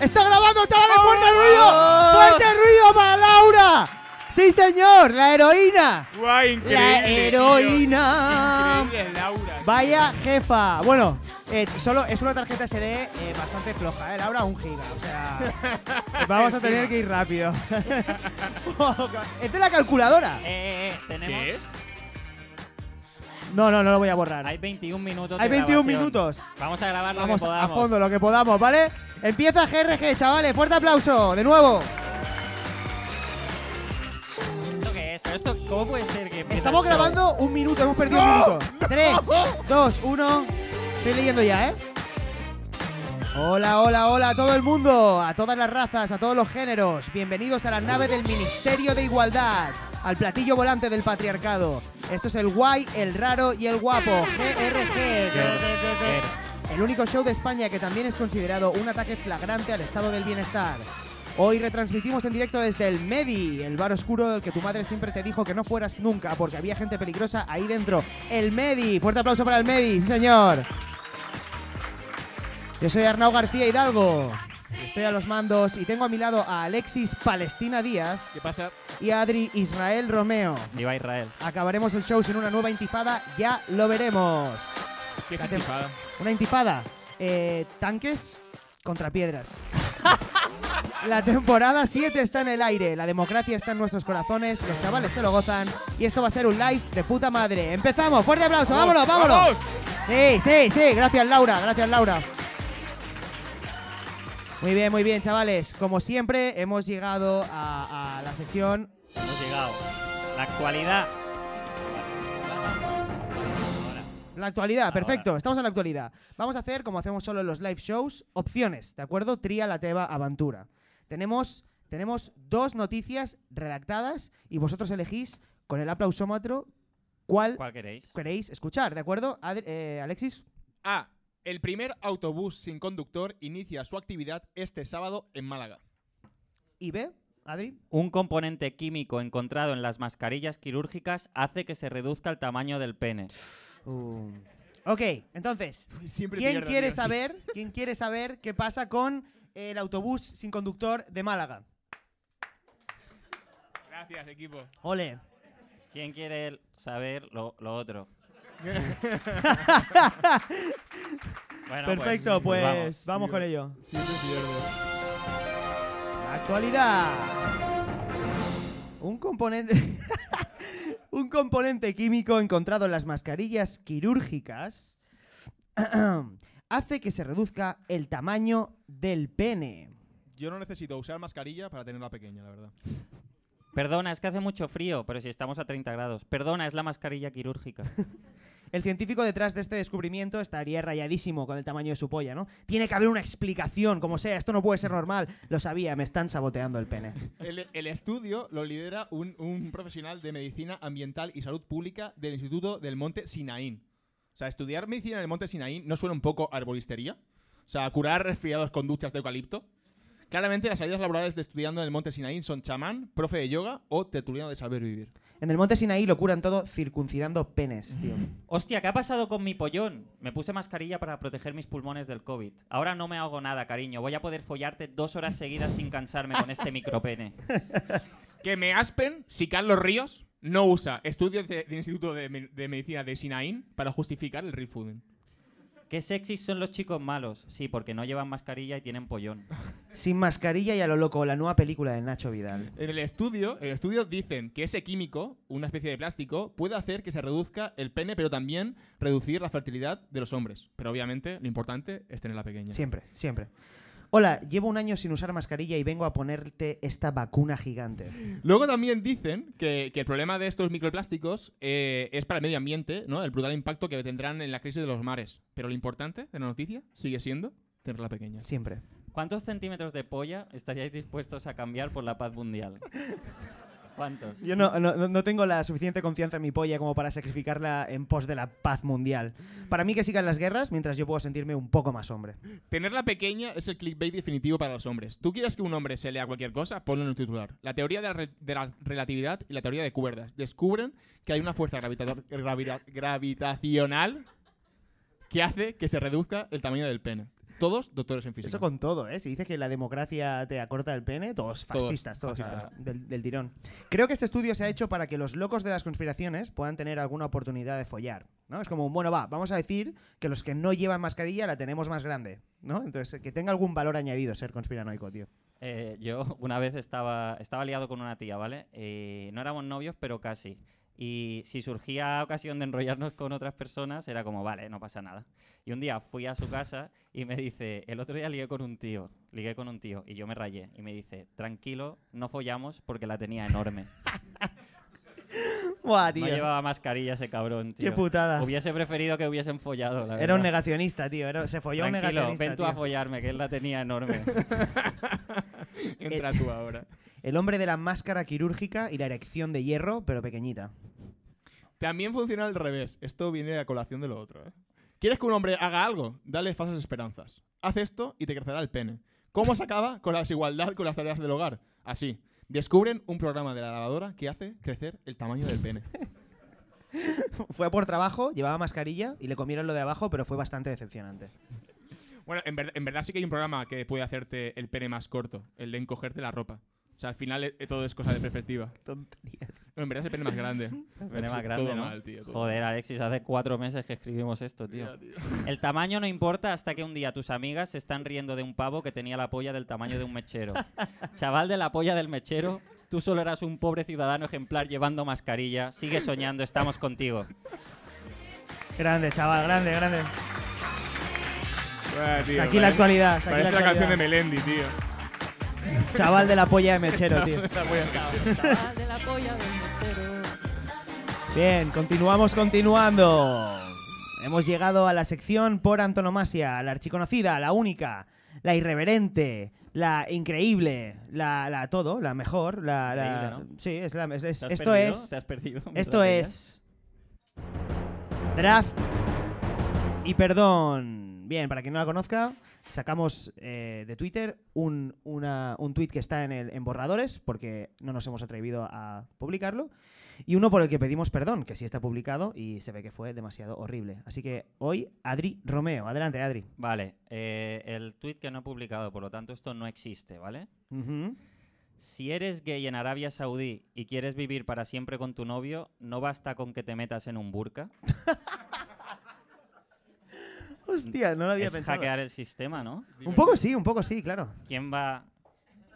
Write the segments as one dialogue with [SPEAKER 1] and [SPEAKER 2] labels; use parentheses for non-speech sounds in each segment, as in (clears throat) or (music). [SPEAKER 1] ¡Está grabando, chavales! ¡Fuerte ruido! ¡Fuerte ruido para Laura! ¡Sí, señor! ¡La heroína!
[SPEAKER 2] Guay, increíble.
[SPEAKER 1] ¡La
[SPEAKER 2] tío.
[SPEAKER 1] heroína!
[SPEAKER 2] Increíble, Laura.
[SPEAKER 1] Vaya jefa. Bueno, eh, solo es una tarjeta SD eh, bastante floja, ¿eh? Laura, un giga. O sea, vamos a tener que ir rápido. (laughs) es de la calculadora.
[SPEAKER 3] Eh, eh, tenemos.
[SPEAKER 2] ¿Qué?
[SPEAKER 1] No, no, no lo voy a borrar.
[SPEAKER 3] Hay 21 minutos. de
[SPEAKER 1] Hay 21
[SPEAKER 3] grabación.
[SPEAKER 1] minutos.
[SPEAKER 3] Vamos a grabar lo
[SPEAKER 1] Vamos
[SPEAKER 3] que
[SPEAKER 1] a
[SPEAKER 3] podamos.
[SPEAKER 1] fondo lo que podamos, ¿vale? Empieza GRG, chavales. Fuerte aplauso, de nuevo.
[SPEAKER 3] ¿Esto qué es? ¿Pero esto cómo puede ser que.? empiece
[SPEAKER 1] Estamos
[SPEAKER 3] el show?
[SPEAKER 1] grabando un minuto, hemos perdido un minuto. 3, 2, 1. Estoy leyendo ya, ¿eh? Hola, hola, hola a todo el mundo, a todas las razas, a todos los géneros. Bienvenidos a la nave del Ministerio de Igualdad, al platillo volante del patriarcado. Esto es el guay, el raro y el guapo. GRG. El único show de España que también es considerado un ataque flagrante al estado del bienestar. Hoy retransmitimos en directo desde el Medi, el bar oscuro del que tu madre siempre te dijo que no fueras nunca porque había gente peligrosa ahí dentro. El Medi, fuerte aplauso para el Medi, sí señor. Yo soy Arnau García Hidalgo. Estoy a los mandos y tengo a mi lado a Alexis Palestina Díaz
[SPEAKER 2] ¿Qué pasa?
[SPEAKER 1] y a Adri Israel Romeo.
[SPEAKER 3] Viva Israel.
[SPEAKER 1] Acabaremos el show sin una nueva intifada, ya lo veremos.
[SPEAKER 2] ¿Qué es
[SPEAKER 1] La tem-
[SPEAKER 2] intifada?
[SPEAKER 1] Una intifada. eh, tanques contra piedras. La temporada 7 está en el aire, la democracia está en nuestros corazones, los chavales se lo gozan y esto va a ser un live de puta madre. Empezamos, fuerte aplauso, vámonos, vámonos. Sí, sí, sí, gracias Laura, gracias Laura. Muy bien, muy bien, chavales. Como siempre, hemos llegado a, a la sección.
[SPEAKER 3] Hemos llegado. La actualidad.
[SPEAKER 1] La actualidad, perfecto, estamos en la actualidad. Vamos a hacer, como hacemos solo en los live shows, opciones, ¿de acuerdo? Tría, la teba, aventura. Tenemos, tenemos dos noticias redactadas y vosotros elegís con el aplausómetro cuál,
[SPEAKER 3] ¿Cuál queréis?
[SPEAKER 1] queréis escuchar, ¿de acuerdo? Adri- eh, Alexis,
[SPEAKER 2] A. Ah, El primer autobús sin conductor inicia su actividad este sábado en Málaga. (laughs)
[SPEAKER 1] y B, Adri.
[SPEAKER 3] Un componente químico encontrado en las mascarillas quirúrgicas hace que se reduzca el tamaño del pene.
[SPEAKER 1] Ok, entonces,
[SPEAKER 2] Siempre
[SPEAKER 1] ¿Quién
[SPEAKER 2] pierdo,
[SPEAKER 1] quiere
[SPEAKER 2] tío, sí.
[SPEAKER 1] saber? ¿Quién quiere saber qué pasa con eh, el autobús sin conductor de Málaga?
[SPEAKER 2] Gracias, equipo.
[SPEAKER 1] Ole.
[SPEAKER 3] ¿Quién quiere saber lo, lo
[SPEAKER 1] (laughs)
[SPEAKER 3] otro? Bueno,
[SPEAKER 1] Perfecto, pues, vamos, con ello. Actualidad. Un componente (laughs) un componente químico encontrado en las mascarillas quirúrgicas (clears throat) hace que se reduzca el tamaño del pene.
[SPEAKER 2] Yo no necesito usar mascarilla para tenerla pequeña, la verdad.
[SPEAKER 3] Perdona, es que hace mucho frío, pero si estamos a 30 grados. Perdona, es la mascarilla quirúrgica.
[SPEAKER 1] El científico detrás de este descubrimiento estaría rayadísimo con el tamaño de su polla, ¿no? Tiene que haber una explicación, como sea, esto no puede ser normal. Lo sabía, me están saboteando el pene.
[SPEAKER 2] El, el estudio lo lidera un, un profesional de medicina ambiental y salud pública del Instituto del Monte Sinaín. O sea, estudiar medicina en el Monte Sinaín no suena un poco a arboristería. O sea, curar resfriados con duchas de eucalipto. Claramente las salidas laborales de estudiando en el Monte Sinaín son chamán, profe de yoga o tertuliano de saber vivir.
[SPEAKER 1] En el monte Sinaí lo curan todo circuncidando penes, tío.
[SPEAKER 3] Hostia, ¿qué ha pasado con mi pollón? Me puse mascarilla para proteger mis pulmones del COVID. Ahora no me hago nada, cariño. Voy a poder follarte dos horas seguidas sin cansarme con este micropene.
[SPEAKER 2] Que me aspen si Carlos Ríos no usa estudios de- del Instituto de, Me- de Medicina de Sinaín para justificar el real fooding.
[SPEAKER 3] Qué sexys son los chicos malos. Sí, porque no llevan mascarilla y tienen pollón.
[SPEAKER 1] Sin mascarilla y a lo loco, la nueva película de Nacho Vidal.
[SPEAKER 2] En el estudio, en el estudio dicen que ese químico, una especie de plástico, puede hacer que se reduzca el pene, pero también reducir la fertilidad de los hombres. Pero obviamente lo importante es tenerla pequeña.
[SPEAKER 1] Siempre, siempre. Hola, llevo un año sin usar mascarilla y vengo a ponerte esta vacuna gigante.
[SPEAKER 2] Luego también dicen que, que el problema de estos microplásticos eh, es para el medio ambiente, ¿no? El brutal impacto que tendrán en la crisis de los mares. Pero lo importante de la noticia sigue siendo tenerla pequeña.
[SPEAKER 1] Siempre.
[SPEAKER 3] ¿Cuántos centímetros de polla estaríais dispuestos a cambiar por la paz mundial? ¿Cuántos?
[SPEAKER 1] Yo no, no- no tengo la suficiente confianza en mi polla como para sacrificarla en pos de la paz mundial. Para mí que sigan las guerras mientras yo puedo sentirme un poco más hombre.
[SPEAKER 2] Tenerla pequeña es el clickbait definitivo para los hombres. ¿Tú quieres que un hombre se lea cualquier cosa? Ponlo en el titular. La teoría de la, re- de la relatividad y la teoría de cuerdas descubren que hay una fuerza gravitador- gravira- gravitacional que hace que se reduzca el tamaño del pene. todos doctores en física.
[SPEAKER 1] Eso con todo, ¿eh? Si dices que la democracia te acorta el pene, todos
[SPEAKER 2] Todos,
[SPEAKER 1] fascistas, todos,
[SPEAKER 2] fascistas.
[SPEAKER 1] ah, Del, del tirón. Creo que este estudio se ha hecho para que los locos de las conspiraciones puedan tener alguna oportunidad de follar, ¿no? Es como, bueno, va, vamos a decir que los que no llevan mascarilla la tenemos más grande, ¿no? Entonces, que tenga algún valor añadido ser conspiranoico, tío.
[SPEAKER 3] Eh, yo (laughs) una vez estaba, estaba liado con una tía, ¿vale? Eh, no éramos novios, pero casi. Y si surgía ocasión de enrollarnos con otras personas, era como, vale, no pasa nada. Y un día fui a su casa y me dice, el otro día ligué con un tío, ligué con un tío, y yo me rayé. Y me dice, tranquilo, no follamos porque la
[SPEAKER 1] (laughs)
[SPEAKER 3] tenía enorme.
[SPEAKER 1] Buah, tío.
[SPEAKER 3] No llevaba mascarilla ese cabrón, tío.
[SPEAKER 1] Qué putada.
[SPEAKER 3] Hubiese preferido que hubiesen follado, la
[SPEAKER 1] Era un
[SPEAKER 3] verdad.
[SPEAKER 1] negacionista, tío. Era, se folló un
[SPEAKER 3] Tranquilo,
[SPEAKER 1] negacionista.
[SPEAKER 3] ven tú a
[SPEAKER 1] tío.
[SPEAKER 3] follarme, que él la tenía enorme.
[SPEAKER 1] (laughs)
[SPEAKER 2] Entra tú ahora.
[SPEAKER 1] El hombre de la máscara quirúrgica y la erección de hierro, pero pequeñita. (laughs)
[SPEAKER 2] También funciona al revés. Esto viene a colación de lo otro. ¿eh? ¿Quieres que un hombre haga algo? Dale falsas esperanzas. Haz esto y te crecerá el pene. ¿Cómo se acaba con la desigualdad con las tareas del hogar? Así. Descubren un programa de la lavadora que hace crecer el tamaño del pene.
[SPEAKER 1] Fue por trabajo, llevaba mascarilla y le comieron lo de abajo, pero fue bastante decepcionante.
[SPEAKER 2] (laughs) Bueno, en, ver- en verdad sí que hay un programa que puede hacerte el pene más corto, el de encogerte la ropa. O sea, al final eh, todo es cosa de perspectiva.
[SPEAKER 1] Tontería.
[SPEAKER 2] No, en verdad es el pene más grande.
[SPEAKER 3] El pene más
[SPEAKER 2] (laughs)
[SPEAKER 3] grande,
[SPEAKER 2] Todo
[SPEAKER 3] ¿no?
[SPEAKER 2] mal, tío, todo
[SPEAKER 3] Joder, Alexis, hace cuatro meses que escribimos esto, tío.
[SPEAKER 2] mal, tío.
[SPEAKER 3] El tamaño no importa hasta que un día tus amigas se están riendo de un pavo que tenía la polla del tamaño de un
[SPEAKER 2] (laughs)
[SPEAKER 3] mechero. Chaval de la polla del mechero, tú solo eras un pobre ciudadano ejemplar llevando mascarilla. Sigue soñando,
[SPEAKER 2] (laughs)
[SPEAKER 3] estamos contigo.
[SPEAKER 1] Grande, chaval, grande, grande.
[SPEAKER 2] Buah,
[SPEAKER 1] Hasta
[SPEAKER 2] tío,
[SPEAKER 1] aquí la
[SPEAKER 2] parece-
[SPEAKER 1] actualidad. Hasta aquí la
[SPEAKER 2] Parece la canción de
[SPEAKER 1] actualidad.
[SPEAKER 2] Melendi, tío.
[SPEAKER 1] Chaval de la polla de mechero, tío.
[SPEAKER 3] Chaval de la polla del mechero.
[SPEAKER 1] Bien, continuamos, continuando. Hemos llegado a la sección por antonomasia, la archiconocida, la única, la irreverente, la increíble, la, la todo, la mejor, la... la-
[SPEAKER 3] Increíble,
[SPEAKER 1] Sí, es la, es- es-
[SPEAKER 3] ¿Te has
[SPEAKER 1] esto
[SPEAKER 3] perdido?
[SPEAKER 1] es...
[SPEAKER 3] ¿Te has perdido?
[SPEAKER 1] Esto es. Draft y perdón. Bien, para quien no la conozca, sacamos eh, de Twitter un, una- un tweet que está en, el, en borradores, porque no nos hemos atrevido a publicarlo, y uno por el que pedimos perdón, que sí está publicado y se ve que fue demasiado horrible. Así que hoy, Adri Romeo. Adelante, Adri.
[SPEAKER 3] Vale, eh, el tuit que no he publicado, por lo tanto esto no existe, ¿vale?
[SPEAKER 1] Ujú.
[SPEAKER 3] Si eres gay en Arabia Saudí y quieres vivir para siempre con tu novio, ¿no basta con que te metas en un burka?
[SPEAKER 1] Hostia, no lo había
[SPEAKER 3] Es
[SPEAKER 1] pensado.
[SPEAKER 3] hackear el sistema, ¿no?
[SPEAKER 1] Un poco sí, un poco sí, claro.
[SPEAKER 3] ¿Quién va...?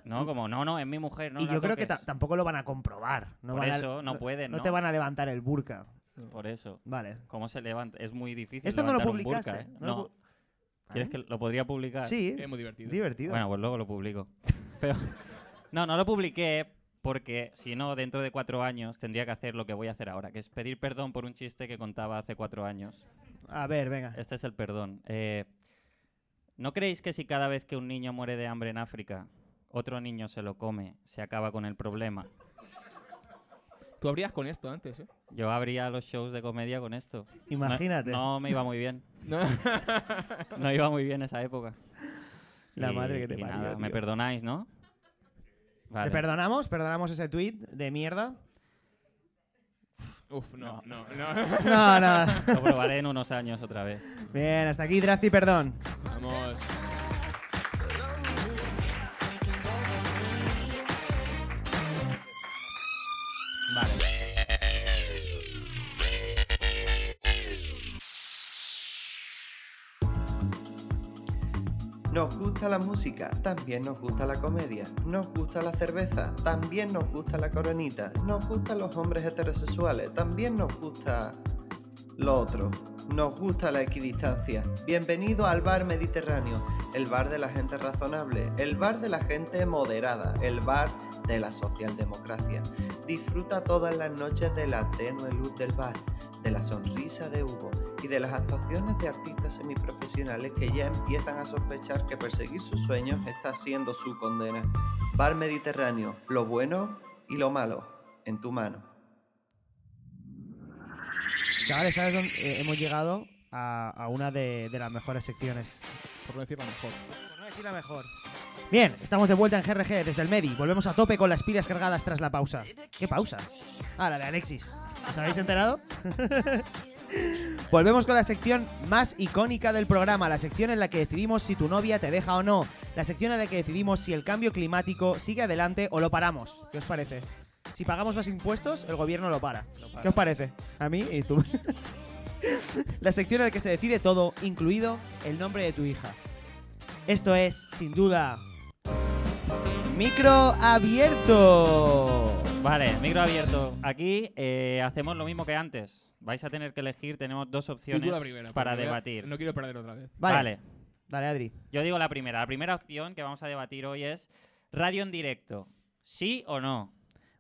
[SPEAKER 3] No, como, no, no, es mi mujer, no
[SPEAKER 1] y
[SPEAKER 3] la
[SPEAKER 1] yo creo que
[SPEAKER 3] toques".
[SPEAKER 1] ta- tampoco lo van a comprobar. No
[SPEAKER 3] Por
[SPEAKER 1] van a-
[SPEAKER 3] eso no pueden,
[SPEAKER 1] No
[SPEAKER 3] ¿no?
[SPEAKER 1] te van a levantar el burka.
[SPEAKER 3] Por eso.
[SPEAKER 1] Vale.
[SPEAKER 3] ¿Cómo se levanta? Es muy difícil
[SPEAKER 1] Esto no lo
[SPEAKER 3] levantar un burka,
[SPEAKER 1] publicaste.
[SPEAKER 3] ¿eh?
[SPEAKER 1] no
[SPEAKER 3] No.
[SPEAKER 1] lo pu- Ah.
[SPEAKER 3] ¿Quieres que lo podría publicar?
[SPEAKER 1] Sí,
[SPEAKER 2] Es muy divertido.
[SPEAKER 1] divertido.
[SPEAKER 3] Bueno, pues luego lo publico. (laughs) Pero... No, no lo publiqué porque, si no, dentro de cuatro años tendría que hacer lo que voy a hacer ahora, que es pedir perdón por un chiste que contaba hace cuatro años.
[SPEAKER 1] A ver, venga.
[SPEAKER 3] Este es el perdón. Eh, ¿No creéis que si cada vez que un niño muere de hambre en África, otro niño se lo come, se acaba con el problema?
[SPEAKER 2] Tú abrías con esto antes, ¿eh?
[SPEAKER 3] Yo abría los shows de comedia con esto. No-
[SPEAKER 1] Imagínate.
[SPEAKER 3] No, me iba muy bien.
[SPEAKER 2] No.
[SPEAKER 3] No iba muy bien esa época.
[SPEAKER 1] La
[SPEAKER 3] Y-
[SPEAKER 1] madre que te
[SPEAKER 3] y
[SPEAKER 1] parió,
[SPEAKER 3] nada, Me
[SPEAKER 1] tío.
[SPEAKER 3] perdonáis, ¿no? Vale.
[SPEAKER 1] Te perdonamos, perdonamos ese tweet de
[SPEAKER 3] (laughs)
[SPEAKER 1] mierda.
[SPEAKER 2] Uf, no, no, no. (laughs)
[SPEAKER 1] No, no.
[SPEAKER 3] Lo probaré en unos años otra vez.
[SPEAKER 1] Bien, hasta aquí, draft y perdón.
[SPEAKER 2] Vamos.
[SPEAKER 3] Vale.
[SPEAKER 4] Nos gusta la música, también nos gusta la comedia, nos gusta la cerveza, también nos gusta la coronita, nos gustan los hombres heterosexuales, también nos gusta lo otro, nos gusta la equidistancia. Bienvenido al bar mediterráneo, el bar de la gente razonable, el bar de la gente moderada, el bar de la socialdemocracia. Disfruta todas las noches de la tenue luz del bar, de la sonrisa de Hugo y de las actuaciones de artistas semiprofesionales que ya empiezan a sospechar que perseguir sus sueños está siendo su condena. Bar Mediterráneo, lo bueno y lo malo, en tu mano.
[SPEAKER 1] Chavales, ¿sabes dónde eh, hemos llegado? A, a una de, de las mejores secciones.
[SPEAKER 2] Por no decir la mejor.
[SPEAKER 1] Por no decir la mejor. Bien, estamos de vuelta en GRG desde el Medi. Volvemos a tope con las pilas cargadas tras la pausa. ¿Qué pausa? Ah, la de Alexis. ¿Os habéis enterado? (laughs) Volvemos con la sección más icónica del programa, la sección en la que decidimos si tu novia te deja o no, la sección en la que decidimos si el cambio climático sigue adelante o lo paramos. ¿Qué os parece? Si pagamos más impuestos, el gobierno lo para. ¿Qué os parece? A mí y tú. (laughs) la sección en la que se decide todo, incluido el nombre de tu hija. Esto es, sin duda, micro abierto.
[SPEAKER 3] Vale, micro abierto. Aquí eh, hacemos lo mismo que antes. Vais a tener que elegir, tenemos dos
[SPEAKER 2] Tú, tú
[SPEAKER 3] opciones
[SPEAKER 2] la primera,
[SPEAKER 3] para
[SPEAKER 2] porque
[SPEAKER 3] debatir.
[SPEAKER 2] No quiero perder otra vez.
[SPEAKER 1] Vale,
[SPEAKER 3] vale,
[SPEAKER 1] dale, Adri.
[SPEAKER 3] yo digo la primera. La primera opción que vamos a debatir hoy es radio en directo. ¿Sí o no?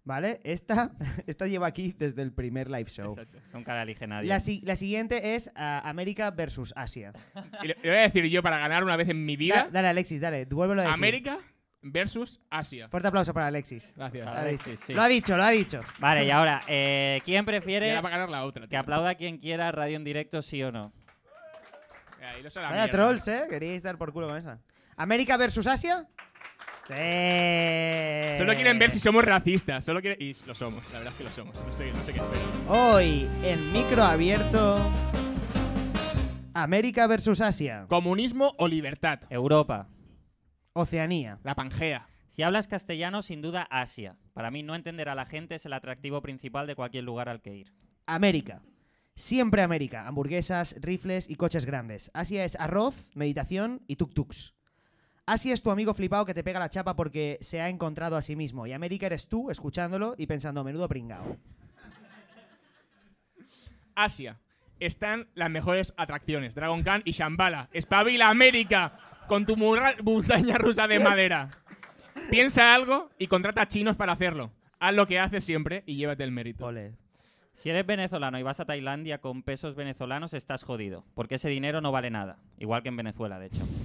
[SPEAKER 1] Vale, esta, (laughs) esta lleva aquí desde el primer live show.
[SPEAKER 2] Exacto.
[SPEAKER 3] Nunca la elige nadie.
[SPEAKER 1] La, si- la siguiente es ah, América versus Asia.
[SPEAKER 2] Y le, le voy a decir yo para ganar una vez en mi
[SPEAKER 1] Da-
[SPEAKER 2] vida:
[SPEAKER 1] dale, Alexis, dale, vuélvelo a decir.
[SPEAKER 2] América versus Asia.
[SPEAKER 1] Fuerte aplauso para Alexis.
[SPEAKER 2] Gracias.
[SPEAKER 3] Claro.
[SPEAKER 1] Lo ha dicho.
[SPEAKER 3] Alexis, sí.
[SPEAKER 1] Lo ha dicho, lo ha dicho.
[SPEAKER 3] Vale, y ahora, eh, ¿quién
[SPEAKER 2] Y
[SPEAKER 3] prefiere
[SPEAKER 2] ahora va a ganar la otra.
[SPEAKER 3] que
[SPEAKER 2] tío.
[SPEAKER 3] aplauda quien quiera radio en directo, sí o no?
[SPEAKER 2] Eh, Ahí los a la
[SPEAKER 1] Vaya
[SPEAKER 2] mierda.
[SPEAKER 1] trolls, ¿eh? Queríais dar por culo con esa. ¿América versus Asia? Sí.
[SPEAKER 2] Solo quieren ver si somos racistas. Solo quieren... Y lo somos, la verdad es que lo somos. No sé, no sé qué esperan.
[SPEAKER 1] Hoy, en micro abierto. América versus Asia.
[SPEAKER 2] ¿Comunismo o libertad?
[SPEAKER 3] Europa.
[SPEAKER 1] Oceanía.
[SPEAKER 2] La Pangea.
[SPEAKER 3] Si hablas castellano, sin duda Asia. Para mí no entender a la gente es el atractivo principal de cualquier lugar al que ir.
[SPEAKER 1] América. Siempre América. Hamburguesas, rifles y coches grandes. Asia es arroz, meditación y tuk-tuks. Asia es tu amigo flipado que te pega la chapa porque se ha encontrado a sí mismo. Y América eres tú escuchándolo y pensando, menudo pringao.
[SPEAKER 2] Asia. Están las mejores atracciones. Dragon Khan y Shambhala. Espabila, América. Con tu murra- montaña rusa de madera. Piensa algo y contrata a chinos para hacerlo. Haz lo que haces siempre y llévate el mérito.
[SPEAKER 1] Ole.
[SPEAKER 3] Si eres venezolano y vas a Tailandia con pesos venezolanos, estás jodido, porque ese dinero no vale nada. Igual que en Venezuela, de hecho.
[SPEAKER 1] (laughs)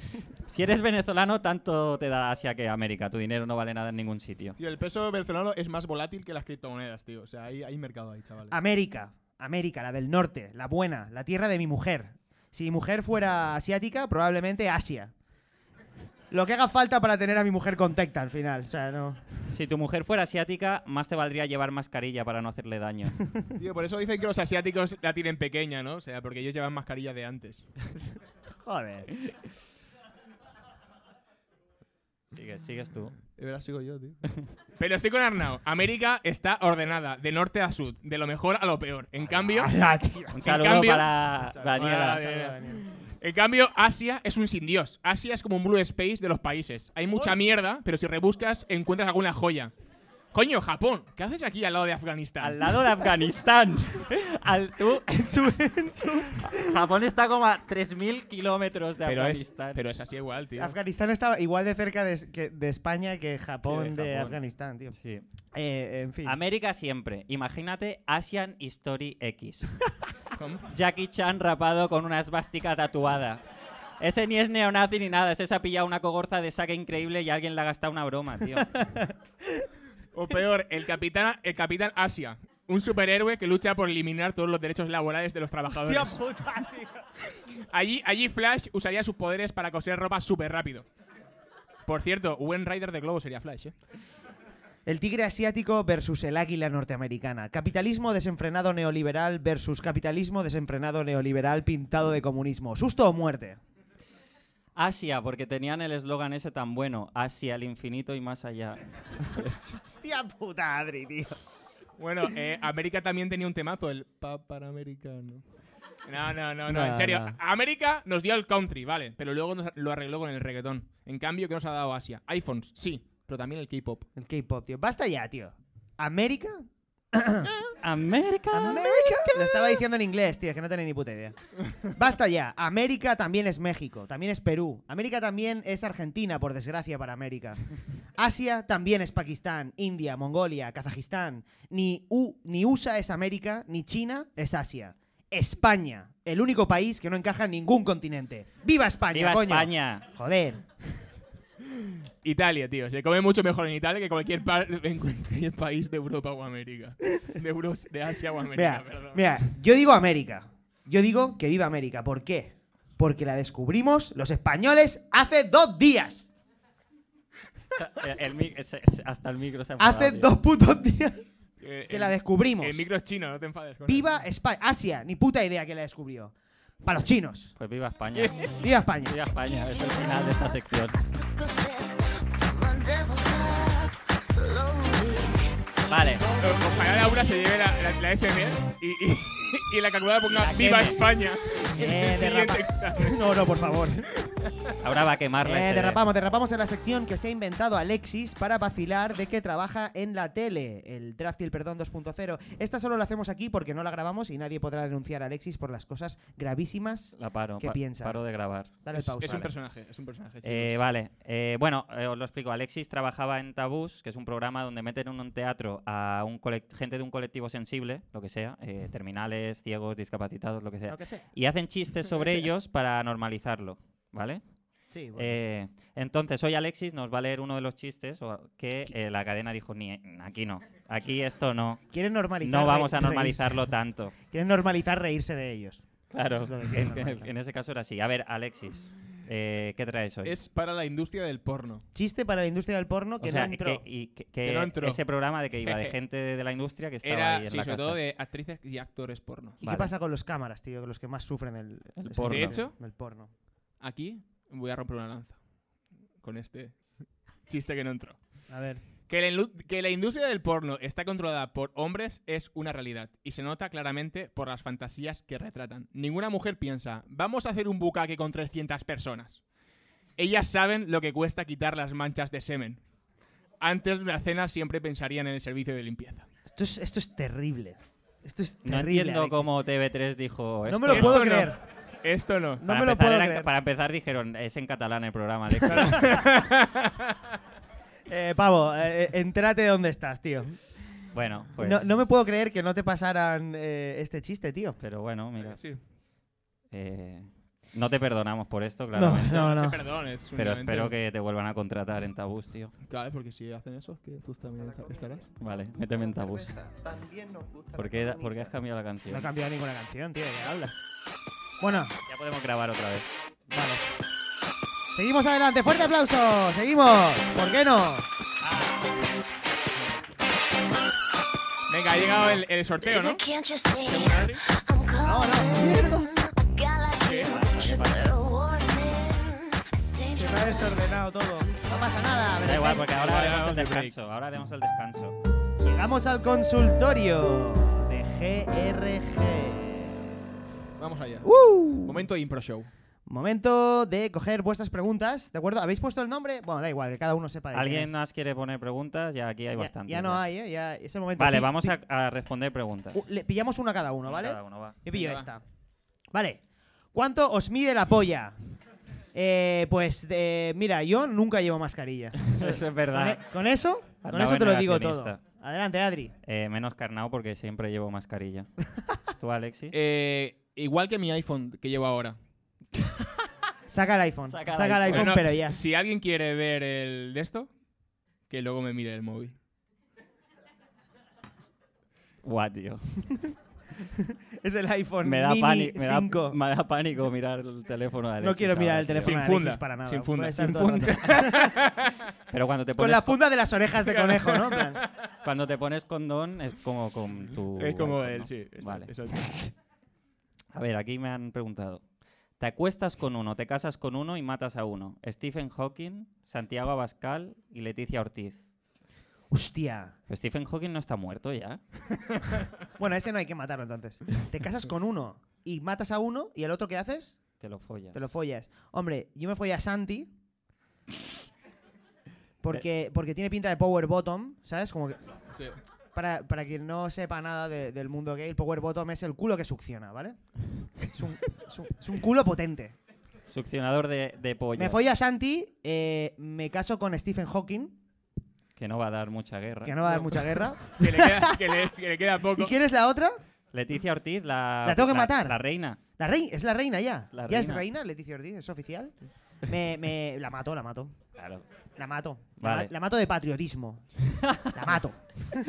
[SPEAKER 3] Si eres venezolano, tanto te da Asia que América. Tu dinero no vale nada en ningún sitio.
[SPEAKER 2] Tío, el peso venezolano es más volátil que las criptomonedas, tío. O sea, hay, hay mercado ahí, chavales.
[SPEAKER 1] América. América, la del norte, la buena, la tierra de mi mujer. Si mi mujer fuera asiática, probablemente Asia. Lo que haga falta para tener a mi mujer contacta al final. O sea, no.
[SPEAKER 3] Si tu mujer fuera asiática, más te valdría llevar mascarilla para no hacerle daño. (laughs)
[SPEAKER 2] Tío, por eso dicen que los asiáticos la tienen pequeña, ¿no? O sea, porque ellos llevan mascarilla de antes.
[SPEAKER 1] Joder.
[SPEAKER 3] Sigues, sigues tú.
[SPEAKER 2] De verdad sigo yo, tío. Pero estoy con Arnau. América está ordenada, de norte a sur, de lo mejor a lo peor. En cambio,
[SPEAKER 1] Hola, tío.
[SPEAKER 3] Un
[SPEAKER 2] En
[SPEAKER 3] saludo
[SPEAKER 2] cambio-
[SPEAKER 3] para
[SPEAKER 1] Ah,
[SPEAKER 3] Daniela.
[SPEAKER 2] Hola, En cambio, Asia es un sin dios. Asia es como un blue space de los países. Hay mucha mierda, pero si rebuscas encuentras alguna joya. Coño, Japón, ¿qué haces aquí al lado de Afganistán?
[SPEAKER 3] Al lado de Afganistán. (laughs) Al tú. Japón está como a 3.000 kilómetros de
[SPEAKER 2] pero, es,
[SPEAKER 3] Afganistán.
[SPEAKER 2] pero es así igual, tío.
[SPEAKER 1] Afganistán está igual de cerca de, que- de España que Japón,
[SPEAKER 3] Que de
[SPEAKER 1] de
[SPEAKER 3] Japón.
[SPEAKER 1] Afganistán, tío.
[SPEAKER 3] Sí.
[SPEAKER 1] Eh, en fin.
[SPEAKER 3] América siempre. Imagínate Asian History X.
[SPEAKER 2] (laughs) ¿Cómo?
[SPEAKER 3] Jackie Chan rapado con una esvástica tatuada. Ese ni es neonazi ni nada, ese se ha pillado una cogorza de saque increíble y alguien le ha gastado una broma, tío.
[SPEAKER 2] O peor, el capitán, el capitán Asia. Un superhéroe que lucha por eliminar todos los derechos laborales de los trabajadores.
[SPEAKER 1] puta, tío.
[SPEAKER 2] Allí, allí Flash usaría sus poderes para coser ropa súper rápido. Por cierto, buen rider de globo sería Flash, ¿eh?
[SPEAKER 1] El tigre asiático versus el águila norteamericana. Capitalismo desenfrenado neoliberal versus capitalismo desenfrenado neoliberal pintado de comunismo. ¿Susto o muerte? (laughs)
[SPEAKER 3] Asia, porque tenían el eslogan ese tan bueno, Asia, el infinito y más allá.
[SPEAKER 1] Hostia puta, Adri, tío.
[SPEAKER 2] Bueno, eh, América también tenía un temazo, el pap americano. No, no, no, no,
[SPEAKER 1] No,
[SPEAKER 2] en serio.
[SPEAKER 1] no.
[SPEAKER 2] América nos dio el country, vale, pero luego nos lo arregló con el reggaetón. En cambio, ¿qué nos ha dado Asia? iPhones, sí, pero también el K-pop.
[SPEAKER 1] El K-pop, tío. Basta ya, tío. ¿América?
[SPEAKER 3] América.
[SPEAKER 1] ¿América? Lo estaba diciendo en inglés, tío, que no tenía ni puta idea. Basta ya. América también es México, también es Perú. América también es Argentina, por desgracia para América. Asia también es Pakistán, India, Mongolia, Kazajistán. Ni, U- ni USA es América, ni China es Asia. España, el único país que no encaja en ningún continente. ¡Viva España,
[SPEAKER 3] ¡Viva
[SPEAKER 1] coño!
[SPEAKER 3] España!
[SPEAKER 1] Joder.
[SPEAKER 2] Italia, tío, se come mucho mejor en Italia que cualquier pa- (laughs) en cualquier país de Europa o América. De, Euros- de Asia o América,
[SPEAKER 1] Mira,
[SPEAKER 2] perdón.
[SPEAKER 1] mira, yo digo América. Yo digo que viva América. ¿Por qué? Porque la descubrimos los españoles hace dos días.
[SPEAKER 3] El- el mic- se- se- hasta el micro se ha enfadado,
[SPEAKER 1] Hace
[SPEAKER 3] tío.
[SPEAKER 1] dos putos días.
[SPEAKER 5] Eh,
[SPEAKER 1] que
[SPEAKER 5] el-
[SPEAKER 1] la descubrimos.
[SPEAKER 5] El micro es chino, no te enfades. con
[SPEAKER 1] Viva España. Asia, ni puta idea que la descubrió. Para los chinos.
[SPEAKER 3] Pues viva España.
[SPEAKER 1] Viva España.
[SPEAKER 3] Viva España, es el final de esta sección. Vale,
[SPEAKER 5] él. O- Ojalá Laura se lleve la, la, la
[SPEAKER 2] ¿eh?
[SPEAKER 5] SMR y, y,
[SPEAKER 2] (laughs)
[SPEAKER 5] y en la calculadora ponga
[SPEAKER 3] La
[SPEAKER 5] Viva
[SPEAKER 3] queme.
[SPEAKER 5] España. en el
[SPEAKER 3] Eh,
[SPEAKER 5] siguiente
[SPEAKER 3] derrapa.
[SPEAKER 5] examen.
[SPEAKER 1] No, no, por favor.
[SPEAKER 3] ahora va a quemarla.
[SPEAKER 1] Eh, derrapamos, derrapamos en la sección que se ha inventado Alexis para vacilar de que trabaja en la tele, el draft y el perdón 2.0. Esta solo la hacemos aquí porque no la grabamos y nadie podrá denunciar a Alexis por las cosas gravísimas.
[SPEAKER 3] La paro.
[SPEAKER 1] ¿Qué
[SPEAKER 3] pa-
[SPEAKER 1] piensa?
[SPEAKER 3] Paro de grabar.
[SPEAKER 1] Dale
[SPEAKER 2] Es,
[SPEAKER 1] pausa.
[SPEAKER 2] es un
[SPEAKER 1] Vale.
[SPEAKER 2] personaje, es un personaje. sí.
[SPEAKER 3] Eh, vale, Eh, bueno, eh, os lo explico. Alexis trabajaba en Tabús, que es un programa donde meten en un teatro a un colec- gente de un colectivo sensible, lo que sea, eh, terminales, ciegos, discapacitados, lo que sea,
[SPEAKER 1] Lo que sea.
[SPEAKER 3] y hacen chistes sobre ellos para normalizarlo, eh, ¿vale?
[SPEAKER 1] Sí, bueno.
[SPEAKER 3] Eh, entonces, hoy Alexis nos va a leer uno de los chistes o- que eh, la cadena dijo, Ni, aquí no, aquí esto no,
[SPEAKER 1] Quieren normalizar.
[SPEAKER 3] no vamos a
[SPEAKER 1] reírse.
[SPEAKER 3] normalizarlo tanto.
[SPEAKER 1] Quieren normalizar reírse de ellos.
[SPEAKER 3] (laughs)
[SPEAKER 1] Eso
[SPEAKER 3] Claro,
[SPEAKER 1] es lo que quieren
[SPEAKER 3] (laughs) en,
[SPEAKER 1] normalizar.
[SPEAKER 3] en ese caso era así. A ver, Alexis, eh, ¿qué traes hoy?
[SPEAKER 2] Es para la industria del porno.
[SPEAKER 1] Chiste para la industria del porno que
[SPEAKER 3] o sea,
[SPEAKER 1] no entró.
[SPEAKER 3] que, y que-
[SPEAKER 2] Que no
[SPEAKER 3] que
[SPEAKER 2] entró.
[SPEAKER 3] ese programa de que iba
[SPEAKER 1] (laughs)
[SPEAKER 3] de gente de de la industria que estaba
[SPEAKER 5] Era,
[SPEAKER 3] ahí en
[SPEAKER 5] sí,
[SPEAKER 3] la
[SPEAKER 5] sobre
[SPEAKER 3] casa.
[SPEAKER 5] todo de actrices y actores porno.
[SPEAKER 1] ¿Y
[SPEAKER 3] Vale.
[SPEAKER 1] qué pasa con los cámaras, tío? Los que más sufren el,
[SPEAKER 3] El
[SPEAKER 1] ese tipo
[SPEAKER 3] porno.
[SPEAKER 5] De hecho-
[SPEAKER 1] del porno.
[SPEAKER 5] Aquí
[SPEAKER 2] Voy a romper una lanza con este chiste que no entró.
[SPEAKER 1] A ver.
[SPEAKER 2] Que la, inlu- que la industria del porno está controlada por hombres es una realidad y se nota claramente por las fantasías que retratan. Ninguna mujer piensa, vamos a hacer un bucaque con 300 personas. Ellas saben lo que cuesta quitar las manchas de semen. Antes de una cena siempre pensarían en el servicio de limpieza.
[SPEAKER 1] Esto es, esto es terrible. Esto es
[SPEAKER 3] No
[SPEAKER 1] terrible.
[SPEAKER 3] entiendo
[SPEAKER 1] Alexis.
[SPEAKER 3] cómo TV3 dijo esto.
[SPEAKER 1] No me lo puedo
[SPEAKER 2] no.
[SPEAKER 1] creer.
[SPEAKER 2] Esto no. Ah,
[SPEAKER 1] No
[SPEAKER 3] para,
[SPEAKER 1] me lo
[SPEAKER 3] empezar
[SPEAKER 1] puedo
[SPEAKER 3] era-
[SPEAKER 1] creer.
[SPEAKER 3] para empezar dijeron, es en catalán el
[SPEAKER 1] (laughs)
[SPEAKER 3] programa, Alexis.
[SPEAKER 1] Eh, Pavo, eh, eh, entérate de dónde estás, tío.
[SPEAKER 3] bueno, pues...
[SPEAKER 1] No, no me puedo creer que no te pasaran eh, este chiste, tío.
[SPEAKER 3] Pero bueno, mira.
[SPEAKER 2] Sí.
[SPEAKER 3] eh, no te perdonamos por esto,
[SPEAKER 1] No,
[SPEAKER 3] claramente.
[SPEAKER 1] no,
[SPEAKER 2] Sí,
[SPEAKER 1] no.
[SPEAKER 2] perdón, es
[SPEAKER 3] Pero
[SPEAKER 2] únicamente-
[SPEAKER 3] espero que te vuelvan a contratar en Tabús, tío.
[SPEAKER 2] Claro, porque si hacen eso, es que tú también estarás.
[SPEAKER 3] Vale, méteme en Tabús. ¿Por qué, da- por qué has cambiado la
[SPEAKER 1] No
[SPEAKER 3] canción?
[SPEAKER 1] he cambiado ninguna canción, tío. ¿De qué hablas? Bueno,
[SPEAKER 3] Ya podemos grabar otra vez.
[SPEAKER 1] vale. Seguimos adelante. ¡Fuerte aplauso! ¡Seguimos! ¿Por qué no?
[SPEAKER 5] Venga, ha llegado el, el sorteo, ¿no? Según Adri.
[SPEAKER 1] No, no. Se me ha desordenado todo. No pasa nada.
[SPEAKER 3] Da igual, porque ahora
[SPEAKER 5] Vale,
[SPEAKER 3] haremos el
[SPEAKER 5] vamos de break.
[SPEAKER 3] descanso. Ahora haremos el descanso.
[SPEAKER 1] Llegamos al consultorio de GRG.
[SPEAKER 2] Vamos allá.
[SPEAKER 1] ¡Uh!
[SPEAKER 2] Momento impro show.
[SPEAKER 1] Momento de coger vuestras preguntas, ¿de acuerdo? ¿Habéis puesto el nombre? Bueno, da igual, que cada uno sepa. de quién
[SPEAKER 3] ¿Alguien
[SPEAKER 1] es.
[SPEAKER 3] más quiere poner preguntas? Ya aquí hay
[SPEAKER 1] Ya-
[SPEAKER 3] bastantes.
[SPEAKER 1] Ya, no
[SPEAKER 3] ya.
[SPEAKER 1] hay, ¿eh? Ya es el momento.
[SPEAKER 3] Vale,
[SPEAKER 1] Pi-
[SPEAKER 3] vamos
[SPEAKER 1] pi-
[SPEAKER 3] a, a responder preguntas.
[SPEAKER 1] u- le pillamos una cada uno,
[SPEAKER 3] Una
[SPEAKER 1] ¿vale?
[SPEAKER 3] cada uno, va. (laughs)
[SPEAKER 1] Yo pillo
[SPEAKER 2] Venga,
[SPEAKER 1] esta. Vale. ¿Cuánto os mide la polla? Eh, pues, eh, mira, yo nunca llevo mascarilla.
[SPEAKER 3] (laughs) Eso es
[SPEAKER 1] Con,
[SPEAKER 3] verdad.
[SPEAKER 1] e- con eso, con
[SPEAKER 3] Andaba
[SPEAKER 1] eso te lo digo todo.
[SPEAKER 3] negacionista.
[SPEAKER 1] Adelante, Adri.
[SPEAKER 3] Eh, menos carnao porque siempre
[SPEAKER 1] (laughs)
[SPEAKER 3] llevo mascarilla. ¿Tú, Alexis?
[SPEAKER 2] Eh, igual que mi iPhone que llevo ahora.
[SPEAKER 1] Saca el iPhone.
[SPEAKER 3] Saca
[SPEAKER 1] Saca, el
[SPEAKER 3] el iPhone.
[SPEAKER 1] iPhone,
[SPEAKER 2] Bueno,
[SPEAKER 1] pero
[SPEAKER 2] si-
[SPEAKER 1] ya.
[SPEAKER 2] Si alguien quiere ver el de esto, que luego me mire el móvil.
[SPEAKER 3] Guau, tío.
[SPEAKER 1] Es el iPhone.
[SPEAKER 3] Me da,
[SPEAKER 1] mini
[SPEAKER 3] pani- me, da,
[SPEAKER 1] 5.
[SPEAKER 3] (laughs) me da pánico mirar el teléfono de Alexis.
[SPEAKER 1] no quiero mirar
[SPEAKER 3] ahora,
[SPEAKER 1] el
[SPEAKER 3] tío.
[SPEAKER 1] teléfono
[SPEAKER 5] Sin
[SPEAKER 1] de Alexis
[SPEAKER 5] funda,
[SPEAKER 1] para nada.
[SPEAKER 5] sin funda,
[SPEAKER 1] Puede estar
[SPEAKER 3] sin
[SPEAKER 1] todo el rato.
[SPEAKER 3] Pero cuando te
[SPEAKER 1] Con
[SPEAKER 3] pones,
[SPEAKER 1] la funda de las orejas de conejo, ¿no? En plan,
[SPEAKER 3] cuando te pones condón es como con
[SPEAKER 1] (laughs)
[SPEAKER 3] tu...
[SPEAKER 2] es como
[SPEAKER 3] iPhone,
[SPEAKER 2] él,
[SPEAKER 3] ¿no?
[SPEAKER 2] sí. es-
[SPEAKER 3] Vale.
[SPEAKER 2] es así.
[SPEAKER 3] A ver, aquí me han preguntado. Te acuestas con uno, te casas con uno y matas a uno. Stephen Hawking, Santiago Abascal y Leticia Ortiz.
[SPEAKER 1] Hostia.
[SPEAKER 3] Pero Stephen Hawking no está muerto ya.
[SPEAKER 1] Bueno, ese no hay que matarlo entonces. Te casas con uno y matas a uno y el otro ¿qué haces?
[SPEAKER 3] Te lo follas.
[SPEAKER 1] Te lo follas. Hombre, yo me follé a Santi.
[SPEAKER 3] Eh.
[SPEAKER 1] Porque, porque tiene pinta de power bottom, ¿sabes? Como que-
[SPEAKER 2] Sí.
[SPEAKER 1] para, para quien no sepa nada de- del mundo gay, el power bottom es el culo que succiona, ¿vale? Es un, es un- es un culo potente.
[SPEAKER 3] Succionador de, de pollo.
[SPEAKER 1] Me follo a Santi, eh, me caso con Stephen Hawking,
[SPEAKER 3] Que no va a dar mucha guerra.
[SPEAKER 1] que no va a dar mucha
[SPEAKER 3] (laughs)
[SPEAKER 1] guerra.
[SPEAKER 5] Que le queda, que le- que le queda
[SPEAKER 1] ¿Y
[SPEAKER 5] poco.
[SPEAKER 1] quién es la otra?
[SPEAKER 3] Leticia Ortiz, la.
[SPEAKER 1] La tengo que matar.
[SPEAKER 3] La reina.
[SPEAKER 1] La reina, es la reina ya.
[SPEAKER 3] la
[SPEAKER 1] ya es
[SPEAKER 3] reina.
[SPEAKER 1] reina, Leticia Ortiz, es oficial. Me, me- la mato, la mato.
[SPEAKER 3] Claro.
[SPEAKER 1] La mato. La
[SPEAKER 3] Vale.
[SPEAKER 1] ma- La, mato de patriotismo. La mato.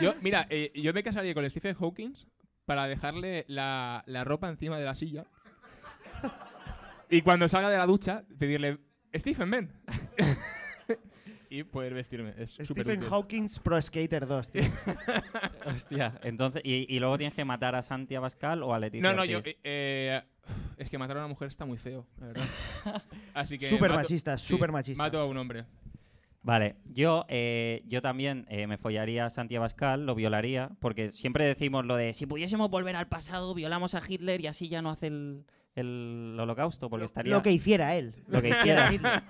[SPEAKER 2] Yo, mira, eh, yo me casaría con Stephen Hawking para dejarle la, la ropa encima de la silla. Y cuando salga de la ducha, pedirle, Stephen, ven. (laughs) y poder vestirme. Es súper
[SPEAKER 1] Stephen Hawking's Pro Skater 2,
[SPEAKER 3] (laughs)
[SPEAKER 1] tío.
[SPEAKER 3] Hostia, entonces. Y, y luego tienes que matar a Santi Abascal o a Leticia.
[SPEAKER 2] No, no,
[SPEAKER 3] Ortiz.
[SPEAKER 2] yo. eh, eh, es que matar a una mujer está muy feo,
[SPEAKER 1] (laughs)
[SPEAKER 2] la verdad. Así que.
[SPEAKER 1] Súper
[SPEAKER 2] mato-
[SPEAKER 1] machista,
[SPEAKER 2] sí,
[SPEAKER 1] súper machista.
[SPEAKER 2] Mato a un hombre.
[SPEAKER 3] Vale, yo, eh, yo también eh, me follaría a Santi Abascal, lo violaría, porque siempre decimos lo de si pudiésemos volver al pasado, violamos a Hitler y así ya no hace el, el holocausto, porque estaría
[SPEAKER 1] Lo que hiciera él.
[SPEAKER 3] lo que hiciera
[SPEAKER 1] Hitler.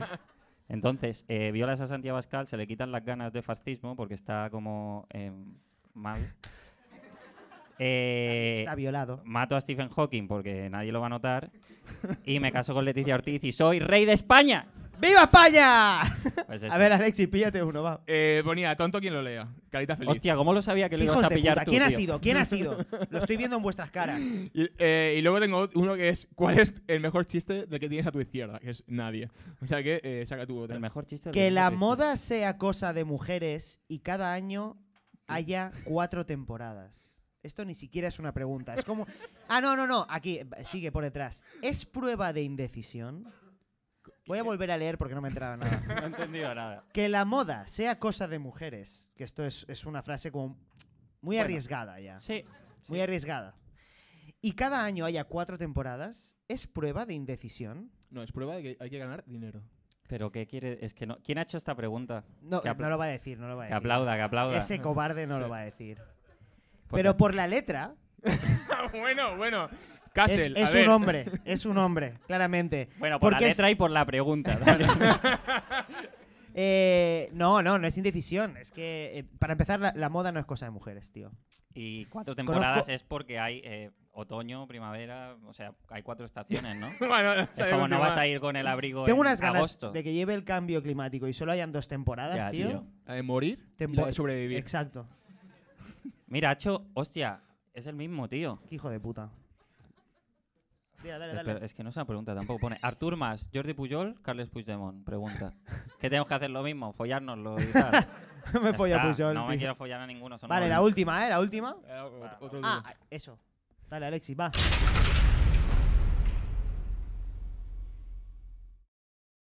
[SPEAKER 3] Entonces, eh, violas a Santiago Abascal, se le quitan las ganas de fascismo porque está como eh,
[SPEAKER 1] (laughs)
[SPEAKER 3] mal. (laughs) Eh,
[SPEAKER 1] Está violado.
[SPEAKER 3] mato a Stephen Hawking porque nadie lo va a notar. Y me caso con Leticia Ortiz y soy rey
[SPEAKER 1] (laughs)
[SPEAKER 3] de España.
[SPEAKER 1] ¡Viva España!
[SPEAKER 3] Pues eso.
[SPEAKER 1] A ver, Alexis, píllate uno, va.
[SPEAKER 2] Eh, ponía tonto quien lo lea. Carita feliz.
[SPEAKER 3] Hostia, ¿cómo lo sabía que lo
[SPEAKER 1] Hijos
[SPEAKER 3] ibas a
[SPEAKER 1] de
[SPEAKER 3] pillar
[SPEAKER 1] puta,
[SPEAKER 3] tú,
[SPEAKER 1] ¿Quién ha
[SPEAKER 3] tío?
[SPEAKER 1] sido?
[SPEAKER 3] (laughs)
[SPEAKER 1] ¿Quién ha sido? Lo estoy viendo en vuestras caras.
[SPEAKER 2] Y, eh, y luego tengo uno que es: ¿Cuál es el mejor chiste del que tienes a tu izquierda? Que es nadie. O sea que eh, saca tu otra.
[SPEAKER 3] El mejor chiste del
[SPEAKER 1] Que la
[SPEAKER 3] mundo,
[SPEAKER 1] moda sea cosa de mujeres y cada año haya cuatro temporadas. Esto ni siquiera es una pregunta. Es como. Ah, no, no, no. Aquí, sigue por detrás. ¿Es prueba de indecisión? Voy a volver a leer porque no me he enterado nada.
[SPEAKER 3] Cristo. No he entendido nada.
[SPEAKER 1] Que la moda sea cosa de mujeres. Que esto es, es una frase como muy
[SPEAKER 3] Bueno.
[SPEAKER 1] arriesgada ya.
[SPEAKER 3] Sí,
[SPEAKER 1] Muy arriesgada. Y cada año haya cuatro temporadas. ¿Es prueba de indecisión?
[SPEAKER 2] No, es prueba de que hay que ganar (laughs) dinero.
[SPEAKER 3] pero ¿qué quiere? Es que no. ¿Quién ha hecho esta pregunta?
[SPEAKER 1] No,
[SPEAKER 3] Que apl-
[SPEAKER 1] no lo va a decir, no lo va a
[SPEAKER 3] Que
[SPEAKER 1] decir.
[SPEAKER 3] aplauda, que aplauda.
[SPEAKER 1] Ese cobarde no
[SPEAKER 2] Sí.
[SPEAKER 1] lo va a decir.
[SPEAKER 3] Pues
[SPEAKER 1] Pero
[SPEAKER 3] no.
[SPEAKER 1] por la letra,
[SPEAKER 2] Ah, bueno, bueno.
[SPEAKER 1] es,
[SPEAKER 2] Castle.
[SPEAKER 1] es
[SPEAKER 2] a ver.
[SPEAKER 1] un
[SPEAKER 3] (laughs)
[SPEAKER 1] hombre, es un hombre, claramente.
[SPEAKER 3] Bueno, por
[SPEAKER 1] Porque
[SPEAKER 3] la
[SPEAKER 1] es-
[SPEAKER 3] letra y por
[SPEAKER 1] (laughs)
[SPEAKER 3] la pregunta. dale.
[SPEAKER 1] eh, no, no, no es indecisión. Es que, eh, para empezar, la, la moda no es cosa de mujeres, tío.
[SPEAKER 3] Y cuatro temporadas
[SPEAKER 1] Conozco-
[SPEAKER 3] es porque hay eh, otoño, primavera, o sea, hay cuatro
[SPEAKER 1] (laughs)
[SPEAKER 3] estaciones, ¿no?
[SPEAKER 2] (laughs)
[SPEAKER 3] es
[SPEAKER 2] Bueno,
[SPEAKER 3] como no vas a ir con el abrigo
[SPEAKER 1] Tengo
[SPEAKER 3] en
[SPEAKER 1] unas ganas
[SPEAKER 3] agosto.
[SPEAKER 1] de que lleve el cambio climático y solo hayan dos temporadas,
[SPEAKER 3] Ya,
[SPEAKER 1] tío.
[SPEAKER 3] tío.
[SPEAKER 2] A de morir y
[SPEAKER 1] Tempo-
[SPEAKER 2] la de sobrevivir.
[SPEAKER 1] Exacto.
[SPEAKER 3] Mira, ha hecho, hostia, es el mismo tío.
[SPEAKER 1] Qué hijo de puta. Mira, dale,
[SPEAKER 3] Espera,
[SPEAKER 1] dale.
[SPEAKER 3] es que no es una pregunta tampoco. Pone Artur Mas, Jordi Pujol, Carles Puigdemont. Pregunta. ¿Qué tenemos que hacer lo mismo? Follárnoslo y tal.
[SPEAKER 1] (laughs) me
[SPEAKER 3] Ya
[SPEAKER 1] folla
[SPEAKER 3] está,
[SPEAKER 1] Pujol.
[SPEAKER 3] No me
[SPEAKER 1] tío.
[SPEAKER 3] quiero follar a ninguno. son
[SPEAKER 1] Vale, la
[SPEAKER 3] horribles.
[SPEAKER 2] Ah,
[SPEAKER 3] Ah,
[SPEAKER 1] última, ¿eh? La última.
[SPEAKER 2] Eh, otro- otro
[SPEAKER 1] Ah,
[SPEAKER 2] duro.
[SPEAKER 1] eso. Dale, Alexis, va.